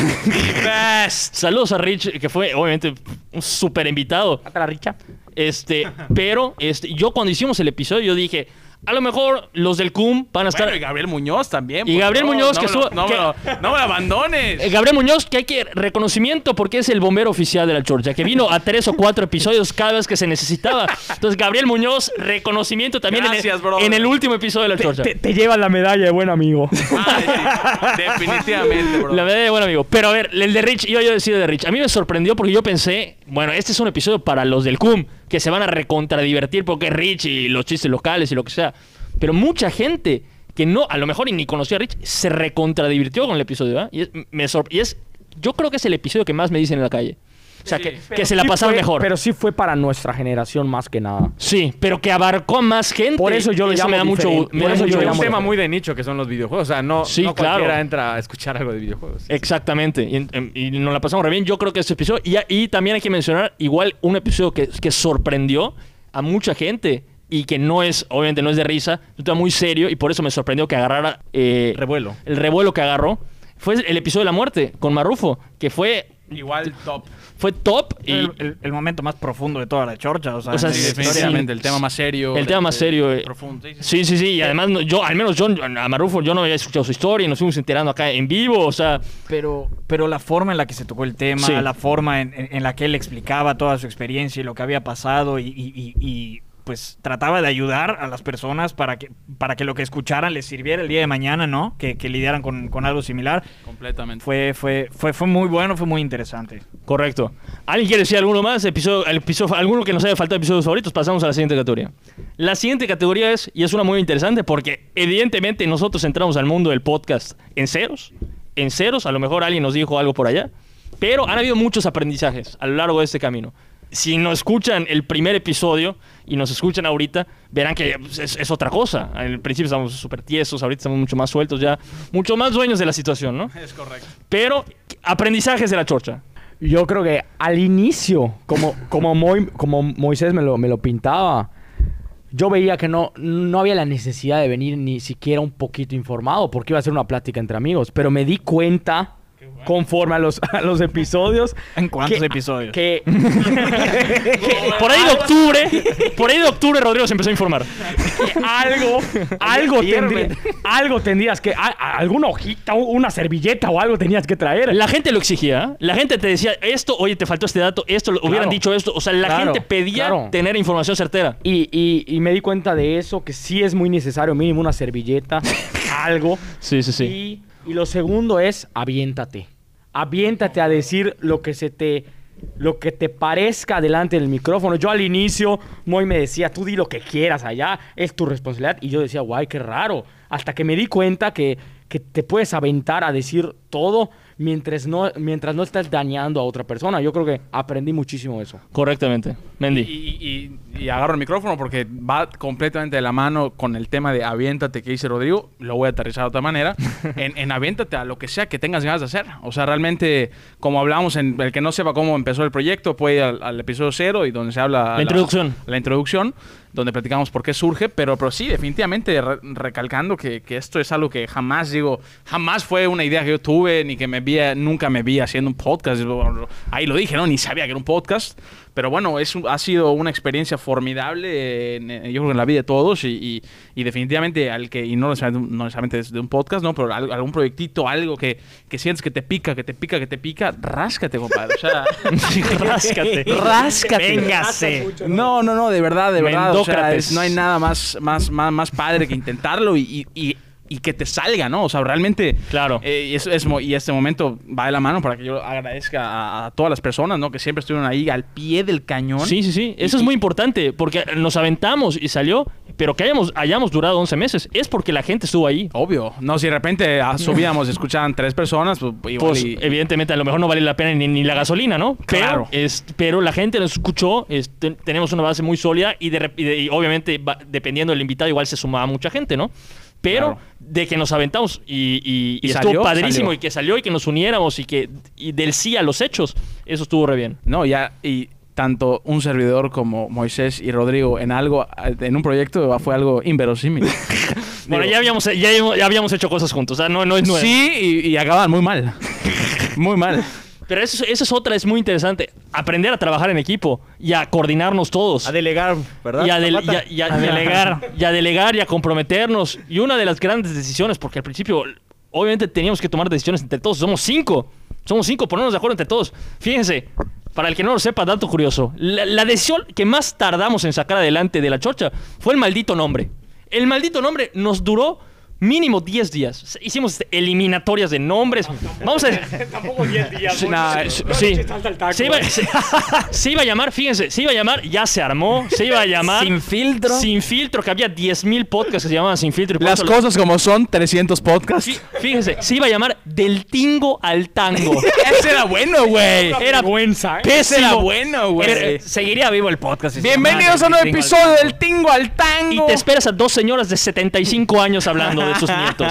best. Saludos a Rich, que fue obviamente un súper invitado. Mátala, Richa. Este, pero este, yo cuando hicimos el episodio, yo dije, a lo mejor los del CUM van a estar. Bueno, y Gabriel Muñoz también. Pues Y por Gabriel favor. Muñoz, No que me suba- lo- No, que- me lo, no me lo abandones. Eh, Gabriel Muñoz, que hay que reconocimiento porque es el bombero oficial de la Georgia, que vino a tres o cuatro episodios cada vez que se necesitaba. Entonces, Gabriel Muñoz, reconocimiento también en el- Gracias, en, el, brother. último episodio de la Georgia. Te, te llevas la medalla de buen amigo. Ah, sí, definitivamente, bro. La verdad de buen amigo. Pero a ver, el de Rich, yo, yo decido de Rich. A mí me sorprendió porque yo pensé, bueno, este es un episodio para los del CUM, que se van a recontradivertir porque es Rich y los chistes locales y lo que sea. Pero mucha gente que no, a lo mejor y ni conocía a Rich, se recontradivirtió con el episodio. ¿eh? Y, es, me sor- y es, yo creo que es el episodio que más me dicen en la calle. O sea, Sí, que, que pero se la Sí pasaron fue- mejor. Pero sí fue para nuestra generación más que nada. sí, pero que abarcó a más gente. Por eso yo lo llamo me da mucho, diferente. me Por da eso yo mucho lo Es gusto. un llamo tema muy de nicho que son los videojuegos. O sea, no, Sí, no claro. cualquiera entra a escuchar algo de videojuegos. Exactamente. Y, en- em, y nos la pasamos re bien. Yo creo que este episodio. Y, y también hay que mencionar, igual, un episodio que, que sorprendió a mucha gente y que no es, obviamente, no es de risa, es un tema muy serio y por eso me sorprendió que agarrara. eh, Revuelo. El revuelo que agarró. Fue el episodio de la muerte con Marrufo, que fue, Igual top. fue top y. el, el- el momento más profundo de toda la chorcha. O sea, O sea, sí, sí, definitivamente. sí. El tema más serio. El tema más serio, eh. Profundo. sí, sí. Sí, sí, sí. Y además, no- yo, al menos yo, a Marrufo, yo no había escuchado su historia y nos fuimos enterando acá en vivo. O sea, Pero, pero la forma en la que se tocó el tema, Sí. la forma en, en- en la que él explicaba toda su experiencia y lo que había pasado y, y- y- y, pues trataba de ayudar a las personas para que, para que lo que escucharan les sirviera el día de mañana, ¿no? Que, que lidiaran con, con algo similar. Completamente. Fue, fue, fue, fue muy bueno, fue muy interesante. Correcto. ¿Alguien quiere decir alguno más? Episodio, el episodio, alguno que nos haya faltado episodios favoritos, pasamos a la siguiente categoría. La siguiente categoría es, y es una muy interesante porque evidentemente nosotros entramos al mundo del podcast en ceros, en ceros, a lo mejor alguien nos dijo algo por allá, pero han habido muchos aprendizajes a lo largo de este camino. Si nos escuchan el primer episodio y nos escuchan ahorita, verán que pues, es, es otra cosa. Al principio estábamos súper tiesos, ahorita estamos mucho más sueltos ya, mucho más dueños de la situación, ¿no? Es correcto. Pero aprendizajes de la chorcha. Yo creo que al inicio, como, como, Moi- como Moisés me lo, me lo pintaba, yo veía que no, no había la necesidad de venir ni siquiera un poquito informado, porque iba a ser una plática entre amigos. Pero me di cuenta, conforme a los, a los episodios, ¿En cuántos que- episodios? que Por ahí de octubre, por ahí de octubre Rodrigo se empezó a informar. algo, algo, Viernes. tendría- algo tendrías que, a- a- alguna hojita, una servilleta o algo tenías que traer. La gente lo exigía, ¿eh? la gente te decía esto, oye, te faltó este dato, esto, lo- hubieran dicho esto, o sea, la Claro, gente pedía claro. tener información certera. Y, y- y me di cuenta de eso, que sí es muy necesario, mínimo una servilleta, algo. Sí, sí, sí. Y, y lo segundo es, aviéntate. Aviéntate a decir lo que se te lo que te parezca delante del micrófono. Yo al inicio, Moy me decía, tú di lo que quieras allá, es tu responsabilidad. Y yo decía, guay, qué raro. Hasta que me di cuenta que, que te puedes aventar a decir todo mientras no, mientras no estás dañando a otra persona. Yo creo que aprendí muchísimo eso. Correctamente. Mendy. Y, y- y agarro el micrófono porque va completamente de la mano con el tema de aviéntate que dice Rodrigo. Lo voy a aterrizar de otra manera. en, en aviéntate a lo que sea que tengas ganas de hacer. O sea, realmente, como hablamos, en el que no sepa cómo empezó el proyecto puede ir al, al episodio cero y donde se habla. La introducción. La introducción, donde platicamos por qué surge. Pero, pero sí, definitivamente re- recalcando que, que esto es algo que jamás, digo, jamás fue una idea que yo tuve ni que me vi, nunca me vi haciendo un podcast. Ahí lo dije, ¿no? Ni sabía que era un podcast. Pero bueno, es, un- ha sido una experiencia formidable, en- en- yo creo que en la vida de todos y, y- y definitivamente al que, y no necesariamente, no necesariamente desde un podcast, ¿no? Pero al- algún proyectito, algo que, que sientes que te pica, que te pica, que te pica, ráscate, compadre. O sea, Ráscate. ráscate. Véngase. No, no, no, de verdad, de verdad. O sea, Mendócrates. es- no hay nada más, más, más, más padre que intentarlo y, y- y- y que te salga, ¿no? O sea, realmente. Claro. eh, y, es- es mo- y este momento va de la mano para que yo agradezca a, a todas las personas, ¿no? Que siempre estuvieron ahí al pie del cañón. Sí, sí, sí. Eso es muy importante porque nos aventamos y salió, pero que hayamos, hayamos durado 11 meses es porque la gente estuvo ahí. Obvio. No, si de repente ah, subíamos, escuchaban tres personas, pues igual Pues, y- evidentemente, a lo mejor no vale la pena ni, ni la gasolina, ¿no? Pero, Claro. es- pero la gente nos escuchó, es- ten- tenemos una base muy sólida y, de rep- y de- y obviamente, va- dependiendo del invitado, igual se sumaba mucha gente, ¿no? Pero Claro. de que nos aventamos y, y- y Y estuvo salió, padrísimo salió. y que salió y que nos uniéramos y que y del sí a los hechos, eso estuvo re bien. No, ya, y tanto un servidor como Moisés y Rodrigo en algo, en un proyecto, fue algo inverosímil. Bueno, ya habíamos, ya, hemos- ya habíamos hecho cosas juntos, o sea, no, no es nuevo. Sí, y, y acaban muy mal. Muy mal. Pero eso, eso es otra, es muy interesante. Aprender a trabajar en equipo y a coordinarnos todos. A delegar, ¿verdad? Y a, del- Zapata? y a- y a- A y a- delegar. y a delegar y a comprometernos. Y una de las grandes decisiones, porque al principio, obviamente, teníamos que tomar decisiones entre todos. Somos cinco. Somos cinco, ponernos de acuerdo entre todos. Fíjense, para el que no lo sepa, dato curioso. La, la decisión que más tardamos en sacar adelante de la chorcha fue el maldito nombre. El maldito nombre nos duró mínimo 10 días. Se- Hicimos eliminatorias de nombres. Vamos a... Tampoco 10 días. Sí, nah, no, sí. no Sí. Se iba, se- se iba a llamar, fíjense, se iba a llamar, ya se armó, se iba a llamar. Sin filtro. Sin filtro, que había 10.000 podcasts que se llamaban Sin filtro. y por Las eso lo- cosas como son, 300 Fí- podcasts. Fíjense, se iba a llamar Del Tingo al Tango. Ese era bueno, güey. Era vergüenza. ¿eh? Ese era pésimo. bueno, güey. Eh, Seguiría vivo el podcast. Bienvenidos a un nuevo episodio del Tingo al Y Tango. te esperas a dos señoras de 75 años hablando de sus nietos.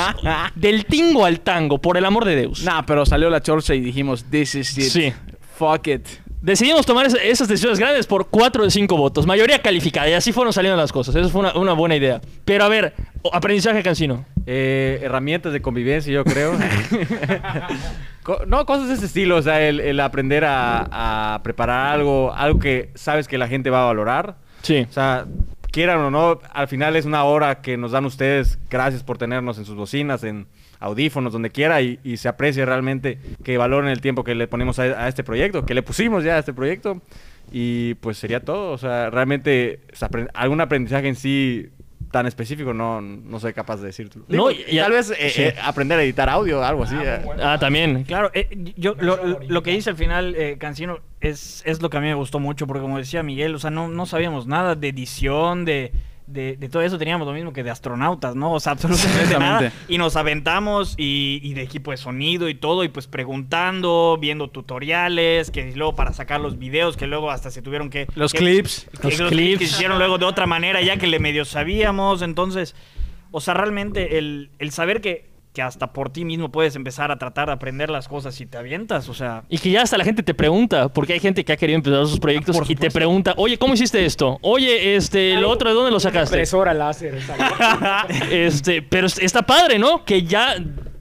Del Tingo al Tango, por el amor de Dios. Nah, Ah, pero salió la chorcha y dijimos, this is it. Sí. Fuck it. Decidimos tomar es- esas decisiones grandes por 4 de 5 votos, mayoría calificada, y así fueron saliendo las cosas. Eso fue una, una buena idea. Pero a ver, o- aprendizaje cansino. Eh, herramientas de convivencia, yo creo. Co- no, cosas de ese estilo, o sea, el, el aprender a, a preparar algo, algo que sabes que la gente va a valorar. Sí. O sea, quieran o no, al final es una hora que nos dan ustedes. Gracias por tenernos en sus bocinas, en audífonos, donde quiera, y, y se aprecia realmente que valoren el tiempo que le ponemos a, a este proyecto, que le pusimos ya a este proyecto. Y pues sería todo. O sea, realmente se apren- algún aprendizaje en sí tan específico no, no soy capaz de decírtelo. No, Digo, y- y- tal vez eh, sí. eh, aprender a editar audio, algo así. eh. Ah, también. Claro, eh, yo lo, lo que dice al final eh, Cancino es, es lo que a mí me gustó mucho, porque como decía Miguel, o sea, no, no sabíamos nada de edición, de, de, de todo eso, teníamos lo mismo que de astronautas, ¿no? O sea, absolutamente nada. Exactamente. Y nos aventamos y, y de equipo de sonido y todo, y pues preguntando, viendo tutoriales, que luego para sacar los videos, que luego hasta se tuvieron que... Los que- clips. que Los los clips que clips. se hicieron luego de otra manera, ya que le medio sabíamos. Entonces, o sea, realmente el, el saber que, que hasta por ti mismo puedes empezar a tratar de aprender las cosas si te avientas, o sea. Y que ya hasta la gente te pregunta, porque hay gente que ha querido empezar sus proyectos Por y te supuesto. pregunta, oye, ¿cómo hiciste esto? Oye, este, lo otro, ¿de dónde lo sacaste? Impresora láser. exacto. Este, pero es- está padre, ¿no? Que ya...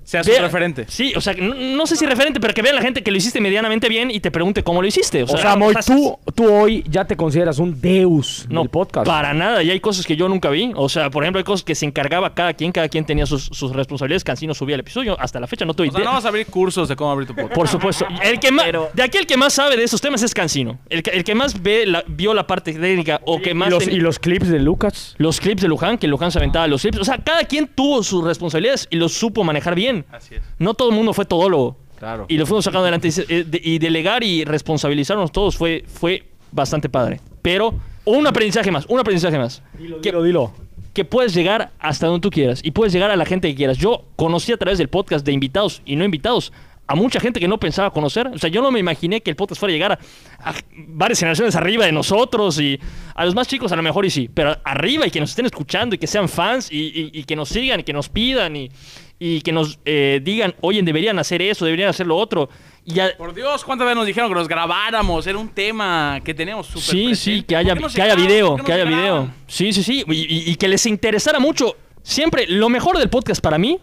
Seas un vea- referente. Sí, o sea, no, no sé si referente, pero que vean la gente que lo hiciste medianamente bien y te pregunte cómo lo hiciste. O sea, O sea, Moy, o sea, tú, tú hoy ya te consideras un deus no, del podcast. para nada. Y hay cosas que yo nunca vi. O sea, por ejemplo, hay cosas que se encargaba cada quien, cada quien tenía sus, sus responsabilidades. Cancino subía el episodio. Hasta la fecha no tuve O sea, idea. no vas a abrir cursos de cómo abrir tu podcast. Por supuesto. El que más, Pero- de aquí el que más sabe de esos temas es Cancino. El, que- el que más ve la- vio la parte técnica o que más... y, los, ten- y los clips de Lucas. los clips de Luján, que Luján se aventaba los clips. O sea, cada quien tuvo sus responsabilidades y los supo manejar bien. Así es. No todo el mundo fue todólogo. Claro. y lo fuimos sacando adelante. Y se- eh, de- Y delegar y responsabilizarnos todos fue, fue bastante padre. Pero un aprendizaje más, un aprendizaje más. Que- Dilo, dilo. que puedes llegar hasta donde tú quieras y puedes llegar a la gente que quieras. Yo conocí a través del podcast de invitados y no invitados a mucha gente que no pensaba conocer. O sea, yo no me imaginé que el podcast fuera a llegar a, a varias generaciones arriba de nosotros y a los más chicos a lo mejor y sí, pero arriba y que nos estén escuchando y que sean fans y, y- y que nos sigan y que nos pidan y, y que nos eh, digan, oye, deberían hacer eso, deberían hacer lo otro. Y a- Por Dios, ¿cuántas veces nos dijeron que los grabáramos? Era un tema que teníamos súper Sí, sí, presente. que haya, ¿Por qué no se que haya graban? video, ¿Por qué no que se haya video. graban? Sí, sí, sí. Y, y- y que les interesara mucho. Siempre lo mejor del podcast para mí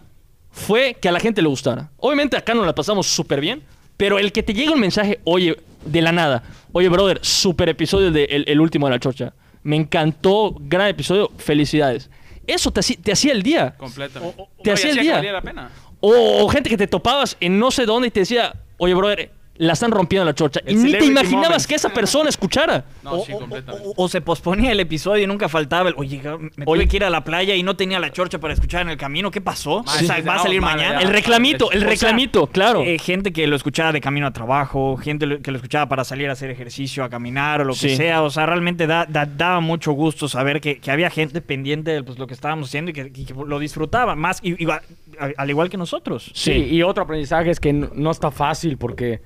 fue que a la gente le gustara. Obviamente acá nos la pasamos súper bien, pero el que te llegue un mensaje, oye, de la nada, oye, brother, súper episodio de el, el último de la chocha. Me encantó, gran episodio, felicidades. Eso te, hacía- te hacía el día. Completamente. O- o- No, te y hacía el que día. valiera la pena. O, o gente que te topabas en no sé dónde y te decía, oye, brother, la están rompiendo la chocha. El y ni te celebrity imaginabas moment. que esa persona escuchara. No, sí, completamente. O, o se posponía el episodio y nunca faltaba el, oye, me Oye. tuve que ir a la playa y no tenía la chorcha para escuchar en el camino. ¿Qué pasó? Sí. O sea, ¿Va a salir Mal, mañana? ya. El reclamito, el O sea, reclamito, claro. Eh, gente que lo escuchaba de camino a trabajo, gente lo- que lo escuchaba para salir a hacer ejercicio, a caminar o lo Sí. que sea. O sea, realmente da, da- daba mucho gusto saber que, que había gente pendiente de pues, lo que estábamos haciendo y que, y que lo disfrutaba más, y- y a- a- al igual que nosotros. Sí. Sí, y otro aprendizaje es que n- no está fácil porque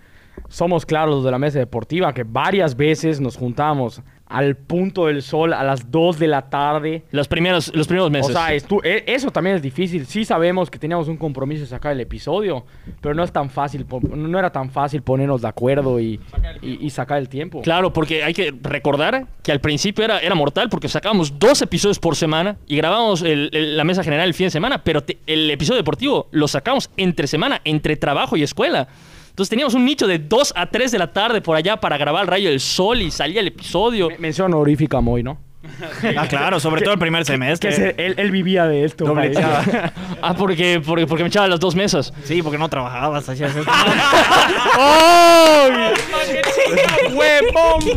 somos claros los de la mesa deportiva que varias veces nos juntamos al punto del sol a las 2 de la tarde. Las primeras, los primeros meses. O sea, estu- e- eso también es difícil. Sí sabemos que teníamos un compromiso de sacar el episodio, pero no es tan fácil, po- no era tan fácil ponernos de acuerdo y y- y sacar el tiempo. Claro, porque hay que recordar que al principio era, era mortal porque sacábamos dos episodios por semana y grabábamos el- el- la mesa general el fin de semana, pero te- el episodio deportivo lo sacamos entre semana, entre trabajo y escuela. Entonces teníamos un nicho de 2 a 3 de la tarde por allá para grabar el rayo del sol y salía el episodio. Me- Mención honorífica muy, ¿no? Ah, claro, sobre todo el primer semestre. Que se- él, él vivía de esto. Doble parece. chava. Ah, porque, porque, porque me echaba las dos mesas. Sí, porque no trabajabas. hacías esto. ¡Oh!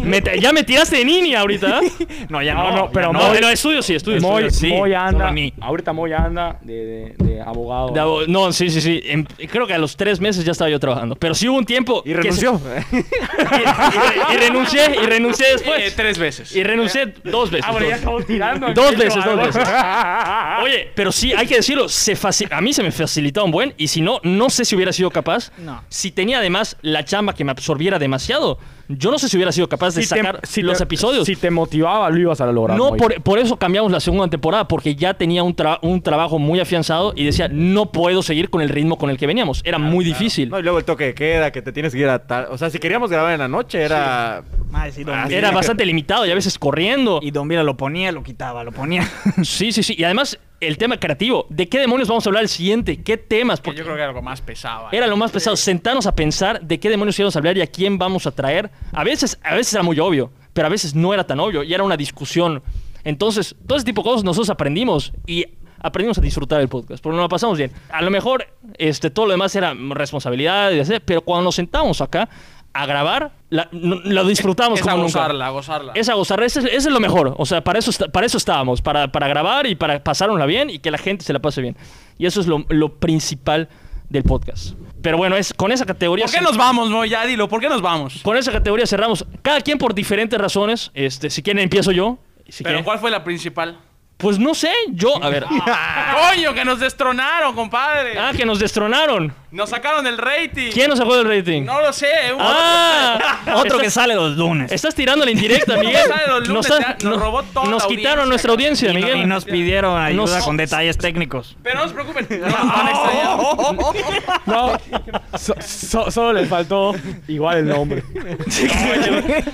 Me te- ya me tiraste de nini ahorita. ¿eh? no, ya No, no. no, pero ya No, Moy- pero estudio sí, estudio. Moy, estudio, sí. Moy anda, solo ni. ahorita Moy anda de, de- de abogado. De abo- No, sí, sí, sí. En- creo que a los tres meses ya estaba yo trabajando. Pero sí hubo un tiempo. Y que se- renunció. y, y renuncié, y renuncié Eh, después. tres veces. Y renuncié dos veces. Ah, bueno, ya dos. Ah. estamos tirando. Dos veces, dos veces. Oye, pero sí, hay que decirlo, se faci- a mí se me facilitaba un buen y si no, no sé si hubiera sido capaz. No. Si tenía además la chamba que me absorbiera demasiado, yo no sé si hubiera sido capaz de sacar los episodios. Si te motivaba, lo ibas a lograr. No, Moy. por, por eso cambiamos la segunda temporada, porque ya tenía un, tra- un trabajo muy afianzado y decía, no puedo seguir con el ritmo con el que veníamos. Era muy difícil. No, y luego el toque de queda, que te tienes que ir a tal. O sea, si queríamos grabar en la noche, era. Madre, sí, don Ah, Vila. Era bastante limitado y a veces corriendo. Y Don Vila lo ponía, lo quitaba, lo ponía. Sí, sí, sí. Y además, el tema creativo. ¿De qué demonios vamos a hablar el siguiente? ¿Qué temas? Que Porque yo creo que era algo más pesado. ¿eh? era lo más pesado. Sentarnos a pensar de qué demonios íbamos a hablar y a quién vamos a traer. A veces, a veces era muy obvio, pero a veces no era tan obvio y era una discusión. Entonces, todo ese tipo de cosas nosotros aprendimos y aprendimos a disfrutar el podcast, porque nos la pasamos bien. A lo mejor este, todo lo demás era responsabilidad y hacer, pero cuando nos sentamos acá a grabar, la, no- lo disfrutamos Es a como nunca. gozarla, a gozarla. Es a gozar, ese, es- ese es lo mejor. O sea, para eso, está- para eso estábamos, para, para grabar y para pasárnosla bien y que la gente se la pase bien. Y eso es lo, lo principal del podcast. Pero bueno, es con esa categoría. ¿Por qué cer- nos vamos, Moy? Ya dilo, ¿por qué nos vamos? Con esa categoría cerramos. Cada quien por diferentes razones. Este, si quieren, empiezo yo. Si Pero quieren- ¿cuál Ah, fue la principal? Pues no sé, yo. A ver. ¡Coño, que nos destronaron, compadre! ah, que nos destronaron. Nos sacaron el rating. ¿Quién nos sacó del rating? No lo sé. un- Ah, Otro que estás- sale los lunes. Estás tirando la indirecta, Miguel. sale los lunes, ya nos robó toda nos la quitaron audiencia, nuestra cabrón. audiencia, Y no- Miguel. y nos pidieron ayuda Nos- con detalles técnicos. Pero no se preocupen, no nos van a extrañar. No, so- so- solo le faltó igual el nombre.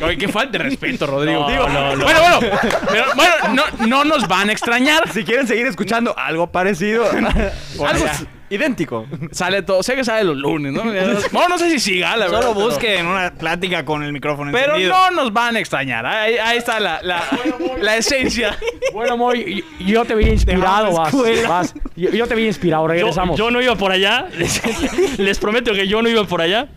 Oye, qué falta de respeto, Rodrigo. No, Digo, no, no. Bueno, bueno, pero, bueno no, no nos van a extrañar. Si quieren seguir escuchando algo parecido, algo allá. s- idéntico. Sale todo, sé que sale los lunes, ¿no? Bueno, no sé si siga, la verdad. Solo pero- busquen una plática con el micrófono Pero encendido. no nos van a extrañar. Ahí, ahí está la, la, la esencia. Bueno, Moy, y- yo te vi inspirado, Dejamos vas. escuela. vas. Yo, yo te vi inspirado, Yo- regresamos. Yo, no iba por allá. Les, les prometo que yo no iba por allá.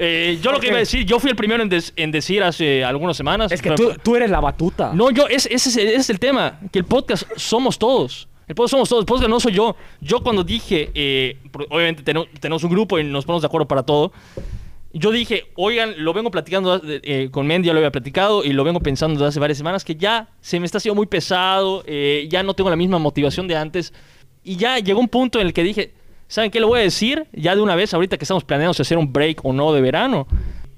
Eh, yo lo que qué? iba a decir, yo fui el primero en, des- en decir hace algunas semanas. es que pero- tú, tú eres la batuta. No, yo, es- ese es, ese es el tema. Que el podcast somos todos. El podcast somos todos. El podcast no soy yo. Yo cuando dije, eh, porque obviamente teno- tenemos un grupo y nos ponemos de acuerdo para todo. Yo dije, oigan, lo vengo platicando eh, con Mendy, ya lo había platicado y lo vengo pensando desde hace varias semanas que ya se me está haciendo muy pesado, eh, ya no tengo la misma motivación de antes y ya llegó un punto en el que dije, ¿saben qué le voy a decir? Ya de una vez, ahorita que estamos planeando si hacer un break o no de verano,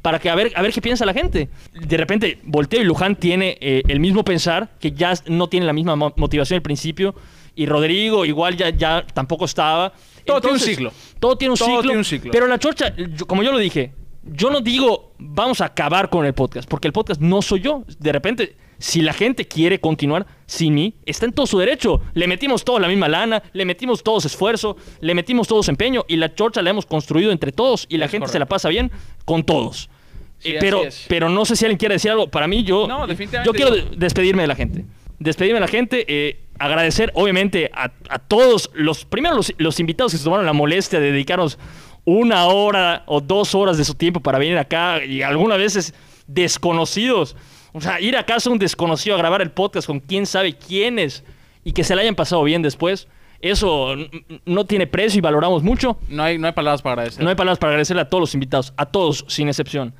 para que a ver, a ver qué piensa la gente. De repente volteo y Luján tiene eh, el mismo pensar, que ya no tiene la misma mo- motivación al principio y Rodrigo igual ya, ya tampoco estaba. Todo tiene un ciclo. Todo tiene un Todo ciclo. tiene un ciclo. Pero la chorcha, yo- como yo lo dije, yo no digo vamos a acabar con el podcast, porque el podcast no soy yo. De repente, si la gente quiere continuar sin mí, está en todo su derecho. Le metimos todos la misma lana, le metimos todos esfuerzo, le metimos todos empeño y la chorcha la hemos construido entre todos y la gente se la pasa bien con todos. Sí, Eh, así pero, es. pero no sé si alguien quiere decir algo. Para mí, yo, No, definitivamente yo quiero yo- de- despedirme de la gente. Despedirme de la gente, eh, agradecer obviamente a, a todos los, primero los, los invitados que se tomaron la molestia de dedicarnos una hora o dos horas de su tiempo para venir acá y algunas veces desconocidos. O sea, ir a casa un desconocido a grabar el podcast con quién sabe quiénes y que se la hayan pasado bien después, eso n- n- no tiene precio y valoramos mucho. No hay, no hay palabras para agradecer. No hay palabras para agradecerle a todos los invitados, a todos, sin excepción.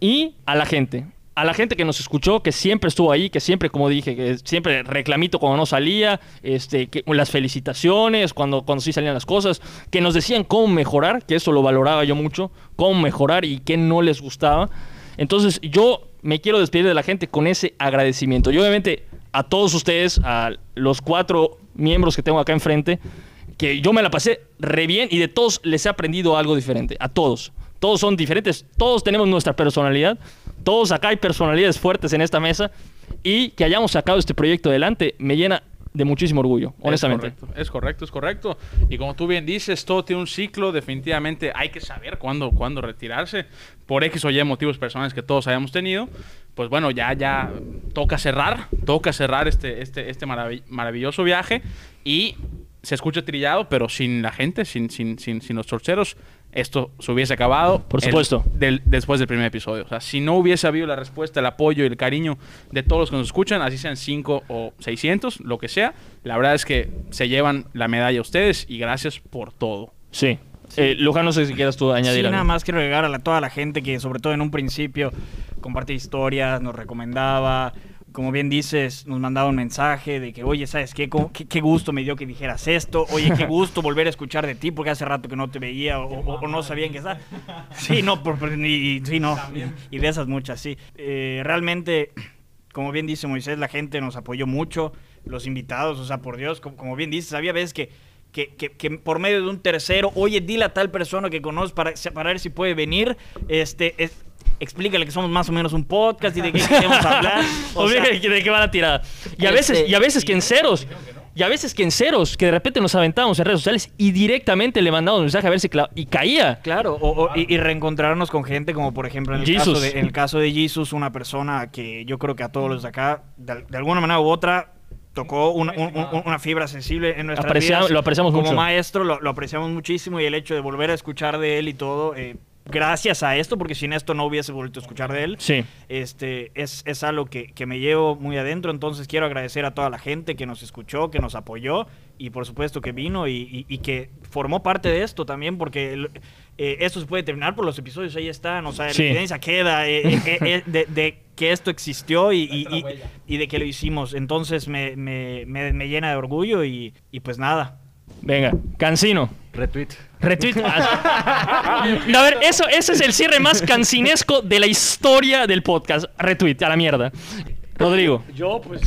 Y a la gente. A la gente que nos escuchó, que siempre estuvo ahí, que siempre, como dije, que siempre reclamito cuando no salía, este, que, las felicitaciones, cuando, cuando sí salían las cosas, que nos decían cómo mejorar, que eso lo valoraba yo mucho, cómo mejorar y qué no les gustaba. Entonces yo me quiero despedir de la gente con ese agradecimiento. Y obviamente a todos ustedes, a los cuatro miembros que tengo acá enfrente, que yo me la pasé re bien y de todos les he aprendido algo diferente. A todos. Todos son diferentes. Todos tenemos nuestra personalidad. Todos acá hay personalidades fuertes en esta mesa. Y que hayamos sacado este proyecto adelante me llena de muchísimo orgullo, honestamente. Es correcto, es correcto, es correcto. Y como tú bien dices, todo tiene un ciclo. Definitivamente hay que saber cuándo, cuándo retirarse. Por X o Y motivos personales que todos hayamos tenido. Pues bueno, ya, ya toca cerrar. Toca cerrar este, este, este maravi- maravilloso viaje. Y se escucha trillado, pero sin la gente, sin, sin, sin, sin los torceros, esto se hubiese acabado. Por el- supuesto. del- después del primer episodio. O sea, si no hubiese habido la respuesta, el apoyo y el cariño de todos los que nos escuchan, así sean 5 o 600, lo que sea, la verdad es que se llevan la medalla ustedes y gracias por todo. Sí. Eh, Luján, no sé si quieras tú añadir Sí, algo. nada más quiero agregar a la- toda la gente que, sobre todo en un principio, comparte historias, nos recomendaba. Como bien dices, nos mandaba un mensaje de que, oye, ¿sabes qué? ¿Cómo- qué? qué gusto me dio que dijeras esto. Oye, qué gusto volver a escuchar de ti porque hace rato que no te veía o, o- o no sabían que estaba. Sí, no, por, por- y, y- sí, no. Y de esas muchas, sí. Eh, realmente, como bien dice Moisés, la gente nos apoyó mucho, los invitados, o sea, por Dios, como, como bien dices, había veces que, que, que- que por medio de un tercero, oye, dile a tal persona que conoces para, para ver si puede venir, este, es- explícale que somos más o menos un podcast y de qué queremos hablar. O O sea, sea, de qué va la tirada. Y a Este, veces, y a veces que en ceros. Y a veces que en ceros, que de repente nos aventamos en redes sociales y directamente le mandamos un mensaje a ver si cla- y caía. Claro, o- o- y, y reencontrarnos con gente como por ejemplo en el, Jesus. caso de, en el caso de Jesus, una persona que yo creo que a todos los de acá, de, de alguna manera u otra, tocó una, un- un- una fibra sensible en nuestra Aprecia- lo apreciamos Como mucho. maestro lo, lo apreciamos muchísimo y el hecho de volver a escuchar de él y todo, eh, gracias a esto, porque sin esto no hubiese vuelto a escuchar de él Sí. este, es, es algo que, que me llevo muy adentro, entonces quiero agradecer a toda la gente que nos escuchó, que nos apoyó y por supuesto que vino y, y- y que formó parte de esto también, porque el- eh, esto se puede terminar por los episodios, ahí están, o sea, la Sí. evidencia queda eh, eh, eh, eh, de, de que esto existió y, y- y- y de que lo hicimos, entonces me, me- me- me llena de orgullo y, y pues nada. Venga, Cancino. Retweet. Retweet. Ah, A ver, eso, ese es el cierre más cancinesco de la historia del podcast. Retweet, a la mierda. Rodrigo. Yo, pues,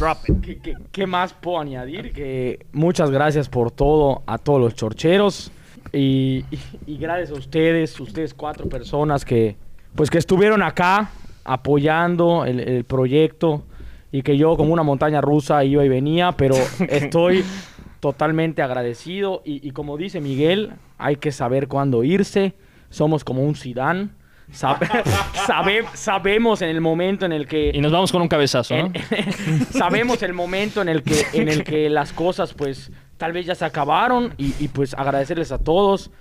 ¿qué, qué, qué más puedo añadir? Que muchas gracias por todo a todos los chorcheros. Y, y- y gracias a ustedes, ustedes cuatro personas que, pues, que estuvieron acá apoyando el, el proyecto. Y que yo, como una montaña rusa, iba y venía. Pero estoy totalmente agradecido. Y, y como dice Miguel, hay que saber cuándo irse. Somos como un Sidán. sabemos en el momento en el que Y nos vamos con un cabezazo, ¿no? en- sabemos el momento en el que en el que las cosas pues tal vez ya se acabaron y, y, pues agradecerles a todos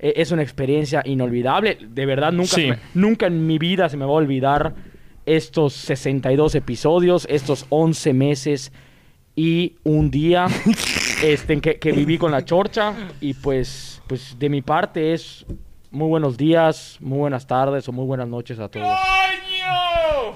Eh, es una experiencia inolvidable de verdad nunca Sí. se me- nunca en mi vida se me va a olvidar estos 62 episodios estos 11 meses y un día este, que, que viví con la chorcha. Y pues, pues de mi parte es muy buenos días, muy buenas tardes o muy buenas noches a todos.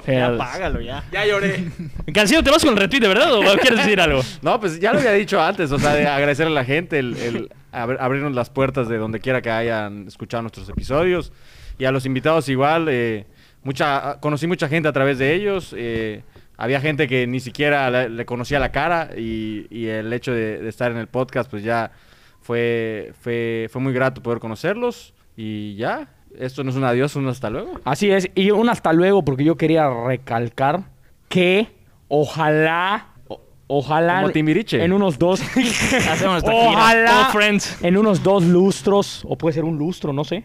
Ya págalo, ya. Ya lloré. Cancino, Eh, ¿te vas con el retweet de verdad o quieres decir algo? No, pues ya lo había dicho antes, o sea, de agradecer a la gente el, el abr- abrirnos las puertas de donde quiera que hayan escuchado nuestros episodios. Y a los invitados igual, eh, mucha, conocí mucha gente a través de ellos. eh, había gente que ni siquiera la- le conocía la cara y, y el hecho de, de estar en el podcast, pues ya fue, fue, fue muy grato poder conocerlos. Y ya, esto no es un adiós, un hasta luego. Así es, y un hasta luego, porque yo quería recalcar que ojalá, o- ojalá Como Timbiriche. en unos dos, Hacemos nuestra gira. ojalá Oh, friends. en unos dos lustros, o puede ser un lustro, no sé,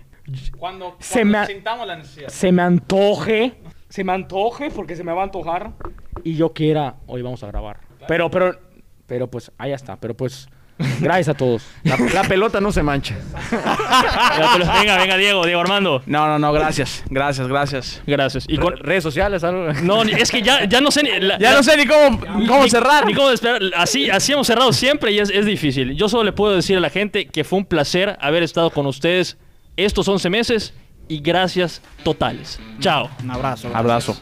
Cuando, Se cuando me- sintamos la necesidad. se me antoje, se me antoje porque se me va a antojar y yo quiera, hoy vamos a grabar. Pero, pero, pero pues, ahí está, pero pues, gracias a todos. La, la pelota no se mancha. Venga, venga, Diego, Diego Armando. No, no, no, gracias. Gracias, gracias. Gracias. Y con- Redes sociales, algo. No, ni- es que ya, ya no sé ni. la- Ya la- no sé ni cómo, cómo ni- cerrar. Ni cómo despegar. Así, así hemos cerrado siempre y es, es difícil. Yo solo le puedo decir a la gente que fue un placer haber estado con ustedes estos 11 meses y gracias totales. Chao. Un abrazo. Abrazo.